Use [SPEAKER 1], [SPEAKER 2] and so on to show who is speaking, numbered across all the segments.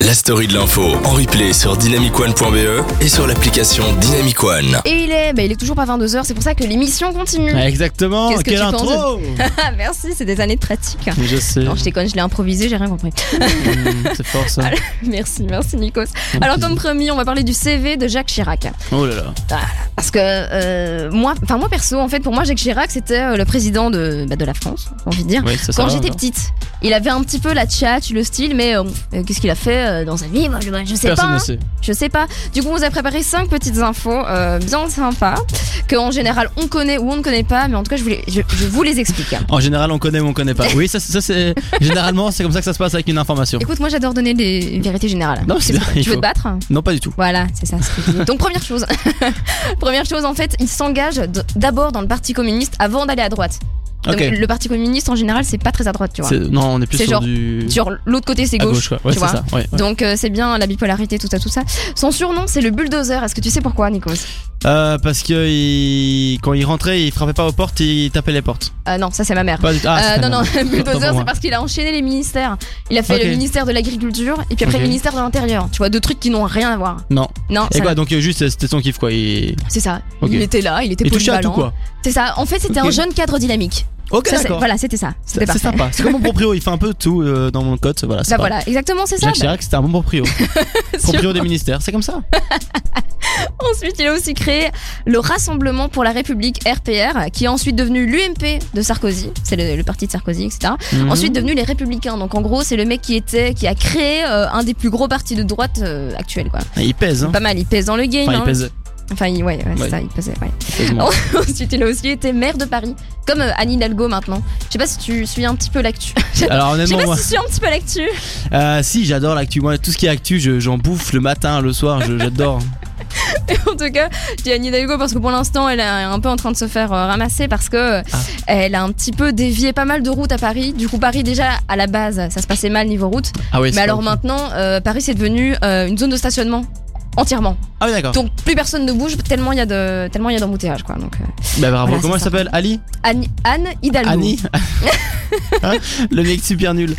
[SPEAKER 1] la story de l'info en replay sur dynamicone.be E et sur l'application Dynamicone.
[SPEAKER 2] Et il est, bah, il est toujours pas 22h, c'est pour ça que l'émission continue.
[SPEAKER 3] Exactement,
[SPEAKER 2] Mmh. Qu'est-ce que
[SPEAKER 3] quelle
[SPEAKER 2] tu penses
[SPEAKER 3] intro
[SPEAKER 2] Ah, merci, c'est des années de pratique.
[SPEAKER 3] Je sais,
[SPEAKER 2] Non, je t'éconne, je l'ai improvisé, j'ai rien compris.
[SPEAKER 3] Mm, c'est fort ça.
[SPEAKER 2] merci, merci Nikos. Alors comme promis, on va parler du CV de Jacques Chirac.
[SPEAKER 3] Oh là là.
[SPEAKER 2] Parce que euh, moi, enfin moi perso, en fait, pour moi, Jacques Chirac, c'était euh, le président de, bah, de la France, j'ai envie de dire.
[SPEAKER 3] Oui, ça, ça
[SPEAKER 2] Quand
[SPEAKER 3] va,
[SPEAKER 2] j'étais
[SPEAKER 3] alors.
[SPEAKER 2] petite, il avait un petit peu la tchatche, le style, mais euh, euh, qu'est-ce qu'il a fait euh, dans sa vie Moi, je, je sais
[SPEAKER 3] Personne
[SPEAKER 2] pas.
[SPEAKER 3] ne
[SPEAKER 2] hein.
[SPEAKER 3] sait.
[SPEAKER 2] Je sais pas. Du coup, on vous a préparé cinq petites infos euh, bien sympas que en général on connaît ou on ne connaît pas, mais en tout cas, je vous les, je, je vous les explique.
[SPEAKER 3] En général, on connaît ou on connaît pas. Oui, ça, ça c'est. Généralement, c'est comme ça que ça se passe avec une information.
[SPEAKER 2] Écoute, moi, j'adore donner des vérités générales.
[SPEAKER 3] Non,
[SPEAKER 2] C'est
[SPEAKER 3] c'est bien,
[SPEAKER 2] pour-
[SPEAKER 3] il
[SPEAKER 2] tu veux
[SPEAKER 3] faut.
[SPEAKER 2] te battre
[SPEAKER 3] Non, pas du tout.
[SPEAKER 2] Voilà, c'est ça. ce que je dis. Donc première chose, première chose, en fait, il s'engage d- d'abord dans le Parti communiste avant d'aller à droite. Donc,
[SPEAKER 3] Ok.
[SPEAKER 2] le Parti communiste en général, c'est pas très à droite, tu vois.
[SPEAKER 3] C'est- Non, on est plus
[SPEAKER 2] C'est
[SPEAKER 3] sur
[SPEAKER 2] genre-
[SPEAKER 3] du.
[SPEAKER 2] Sur l'autre côté, c'est
[SPEAKER 3] à
[SPEAKER 2] gauche.
[SPEAKER 3] gauche, quoi. Ouais,
[SPEAKER 2] tu
[SPEAKER 3] c'est
[SPEAKER 2] vois.
[SPEAKER 3] ça. ouais, ouais.
[SPEAKER 2] Donc euh, c'est bien la bipolarité, tout ça, tout ça. Son surnom, c'est le bulldozer. Est-ce que tu sais pourquoi, Nikos
[SPEAKER 3] Euh, parce que il- quand il rentrait, il frappait pas aux portes, il tapait les portes.
[SPEAKER 2] Euh, Non, ça c'est ma mère.
[SPEAKER 3] Pas du tout. Ah,
[SPEAKER 2] Euh,
[SPEAKER 3] c'est
[SPEAKER 2] non, non,
[SPEAKER 3] pas Autant pour
[SPEAKER 2] bulldozer,
[SPEAKER 3] moi.
[SPEAKER 2] c'est parce qu'il a enchaîné les ministères. Il a fait
[SPEAKER 3] Ok.
[SPEAKER 2] le ministère de l'agriculture et puis après
[SPEAKER 3] Ok.
[SPEAKER 2] le ministère de l'intérieur. Tu vois, deux trucs qui n'ont rien à voir.
[SPEAKER 3] Non.
[SPEAKER 2] Non,
[SPEAKER 3] Et
[SPEAKER 2] ça-
[SPEAKER 3] quoi, donc euh, juste, c'était son kiff, quoi. Il,
[SPEAKER 2] c'est ça.
[SPEAKER 3] Ok.
[SPEAKER 2] Il était là, il était
[SPEAKER 3] il touchait à tout,
[SPEAKER 2] polyvalent.
[SPEAKER 3] quoi.
[SPEAKER 2] C'est ça. En fait, c'était
[SPEAKER 3] Ok.
[SPEAKER 2] un jeune cadre dynamique.
[SPEAKER 3] Ok,
[SPEAKER 2] hein. Ça, c'est-
[SPEAKER 3] d'accord.
[SPEAKER 2] voilà, c'était ça. C'était
[SPEAKER 3] C'est c'est
[SPEAKER 2] parfait.
[SPEAKER 3] sympa. C'est comme mon proprio, il fait un peu tout euh, dans mon code. Voilà, c'est
[SPEAKER 2] Bah
[SPEAKER 3] pas-
[SPEAKER 2] voilà, exactement, c'est ça.
[SPEAKER 3] Jacques Chirac, c'était un bon proprio.
[SPEAKER 2] Bah,
[SPEAKER 3] proprio des ministères, c'est comme ça.
[SPEAKER 2] Ensuite, il a aussi créé le Rassemblement pour la République RPR, qui est ensuite devenu l'UMP de Sarkozy. C'est le, le parti de Sarkozy, etc.
[SPEAKER 3] Mhm. Hmm.
[SPEAKER 2] Ensuite devenu les Républicains. Donc en gros, c'est le mec qui était, qui a créé euh, un des plus gros partis de droite euh, actuels, quoi.
[SPEAKER 3] Et il pèse, hein.
[SPEAKER 2] Pas mal, il pèse dans le game.
[SPEAKER 3] Enfin,
[SPEAKER 2] hein.
[SPEAKER 3] il pèse.
[SPEAKER 2] Enfin, il- ouais, ouais, c'est
[SPEAKER 3] Ouais.
[SPEAKER 2] ça, il pesait. ouais.
[SPEAKER 3] il pèse moins.
[SPEAKER 2] Ensuite, il a aussi été maire de Paris, comme euh, Anne Hidalgo maintenant. Je sais pas si tu suis un petit peu l'actu. Je
[SPEAKER 3] Alors
[SPEAKER 2] sais
[SPEAKER 3] honnêtement,
[SPEAKER 2] pas
[SPEAKER 3] moi,
[SPEAKER 2] si tu suis un petit peu l'actu.
[SPEAKER 3] euh, si j'adore l'actu, moi tout ce qui est actu, je- j'en bouffe le matin, le soir, je- j'adore.
[SPEAKER 2] En tout cas, je dis Anne Hidalgo parce que pour l'instant, elle est un peu en train de se faire euh, ramasser parce que euh,
[SPEAKER 3] Ah.
[SPEAKER 2] elle a un petit peu dévié pas mal de routes à Paris. Du coup, Paris déjà à la base, ça se passait mal niveau route.
[SPEAKER 3] ah oui. c'est
[SPEAKER 2] Mais alors
[SPEAKER 3] pas-
[SPEAKER 2] maintenant, euh, Paris c'est devenu euh, une zone de stationnement entièrement.
[SPEAKER 3] Ah oui d'accord.
[SPEAKER 2] Donc plus personne ne bouge tellement il y a de tellement il y a d'embouteillages quoi. Donc euh,
[SPEAKER 3] Bah bravo.
[SPEAKER 2] Voilà,
[SPEAKER 3] Comment
[SPEAKER 2] c'est
[SPEAKER 3] elle s'appelle Ali
[SPEAKER 2] Anne, Anne Hidalgo.
[SPEAKER 3] Annie Hein Le mec super nul.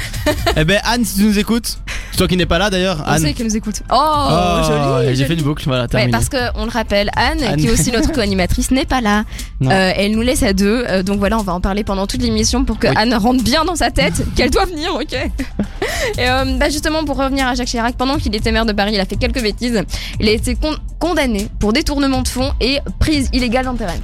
[SPEAKER 3] eh ben Anne, si tu nous écoutes, c'est toi qui n'es pas là d'ailleurs,
[SPEAKER 2] On
[SPEAKER 3] Anne.
[SPEAKER 2] sait qu'elle nous écoute. Oh,
[SPEAKER 3] Oh,
[SPEAKER 2] joli.
[SPEAKER 3] J'ai
[SPEAKER 2] joli.
[SPEAKER 3] fait une boucle, voilà,
[SPEAKER 2] Ouais,
[SPEAKER 3] terminé.
[SPEAKER 2] parce que on le rappelle, Anne,
[SPEAKER 3] Anne.
[SPEAKER 2] qui est aussi notre co-animatrice, n'est pas là.
[SPEAKER 3] Non.
[SPEAKER 2] Euh, elle nous laisse à deux. Euh, donc voilà, on va en parler pendant toute l'émission pour que
[SPEAKER 3] Oui.
[SPEAKER 2] Anne rentre bien dans sa tête, qu'elle doit venir, ok Et euh, bah, justement, pour revenir à Jacques Chirac, pendant qu'il était maire de Paris, il a fait quelques bêtises. Il a été con- condamné pour détournement de fonds et prise illégale d'intérêt.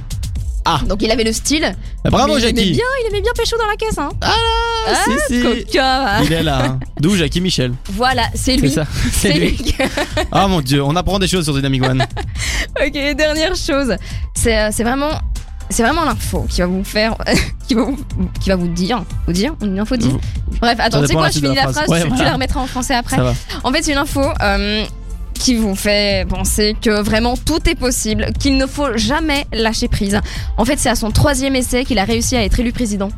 [SPEAKER 3] Ah.
[SPEAKER 2] Donc il avait le style.
[SPEAKER 3] Bah, bravo
[SPEAKER 2] mais il aimait
[SPEAKER 3] Jackie.
[SPEAKER 2] bien, il aimait bien pécho dans la caisse, hein.
[SPEAKER 3] Ah, si, si.
[SPEAKER 2] Coca.
[SPEAKER 3] Il est là. hein. D'où Jackie Michel.
[SPEAKER 2] Voilà, c'est
[SPEAKER 3] C'est
[SPEAKER 2] lui.
[SPEAKER 3] ça.
[SPEAKER 2] C'est lui.
[SPEAKER 3] Ah mon dieu, on apprend des choses sur Dynamic One.
[SPEAKER 2] Ok, dernière chose. C'est euh, c'est vraiment. C'est vraiment l'info qui va vous faire, qui, va vous, qui va vous dire, vous dire, une info dit.
[SPEAKER 3] Vous-
[SPEAKER 2] Bref, attends, tu
[SPEAKER 3] Ça
[SPEAKER 2] sais
[SPEAKER 3] dépend
[SPEAKER 2] quoi,
[SPEAKER 3] la
[SPEAKER 2] je
[SPEAKER 3] suite de
[SPEAKER 2] finis
[SPEAKER 3] la
[SPEAKER 2] la
[SPEAKER 3] phrase.
[SPEAKER 2] phrase,
[SPEAKER 3] Ouais,
[SPEAKER 2] tu, tu
[SPEAKER 3] voilà.
[SPEAKER 2] la remettras en français après.
[SPEAKER 3] Ça va.
[SPEAKER 2] En fait, c'est une info euh, qui vous fait penser que vraiment tout est possible, qu'il ne faut jamais lâcher prise. En fait, c'est à son troisième essai qu'il a réussi à être élu président.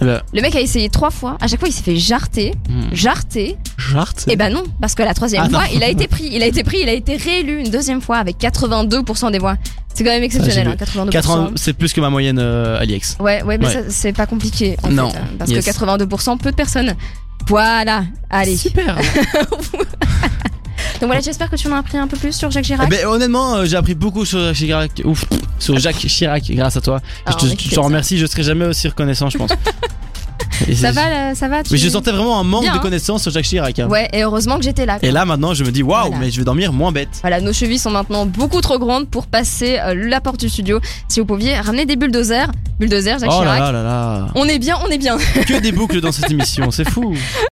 [SPEAKER 3] Eh ben,
[SPEAKER 2] Le mec a essayé trois fois, à chaque fois il s'est fait jarter,
[SPEAKER 3] hmm.
[SPEAKER 2] jarter,
[SPEAKER 3] Jarte
[SPEAKER 2] eh ben non, parce que la troisième
[SPEAKER 3] Ah non.
[SPEAKER 2] fois, il a été pris, il a été pris, il a été réélu une deuxième fois avec 82% des voix. C'est quand même exceptionnel,
[SPEAKER 3] Ah,
[SPEAKER 2] hein, 82%.
[SPEAKER 3] 80, c'est plus que ma moyenne euh, Aliex.
[SPEAKER 2] Ouais, ouais, mais
[SPEAKER 3] Ouais.
[SPEAKER 2] ça, c'est pas compliqué. en
[SPEAKER 3] Non.
[SPEAKER 2] fait, hein, parce
[SPEAKER 3] Yes.
[SPEAKER 2] que 82%, peu de personnes. Voilà, allez.
[SPEAKER 3] Super.
[SPEAKER 2] Donc voilà, j'espère que tu en as appris un peu plus sur Jacques Chirac.
[SPEAKER 3] ben, honnêtement, euh, j'ai appris beaucoup sur Jacques Chirac. Ouf, sur Jacques Chirac grâce à toi.
[SPEAKER 2] Ah,
[SPEAKER 3] je
[SPEAKER 2] mais
[SPEAKER 3] te,
[SPEAKER 2] tu
[SPEAKER 3] je
[SPEAKER 2] fais
[SPEAKER 3] te
[SPEAKER 2] ça.
[SPEAKER 3] remercie. Je serai jamais aussi reconnaissant, je pense. Et
[SPEAKER 2] ça
[SPEAKER 3] c'est-
[SPEAKER 2] va, là, ça va tu-
[SPEAKER 3] Mais je sentais vraiment un manque
[SPEAKER 2] Bien,
[SPEAKER 3] de
[SPEAKER 2] hein.
[SPEAKER 3] connaissances sur Jacques Chirac. hein.
[SPEAKER 2] Ouais, et heureusement que j'étais là. quoi.
[SPEAKER 3] Et là, maintenant, je me dis waouh,
[SPEAKER 2] Voilà.
[SPEAKER 3] mais je vais dormir moins bête.
[SPEAKER 2] Voilà, nos chevilles sont maintenant beaucoup trop grandes pour passer euh, la porte du studio. Si vous pouviez ramener des bulldozers, bulldozers, Jacques
[SPEAKER 3] oh
[SPEAKER 2] Chirac.
[SPEAKER 3] là là là là.
[SPEAKER 2] On est bien, on est bien.
[SPEAKER 3] Que des boucles dans cette émission, c'est fou.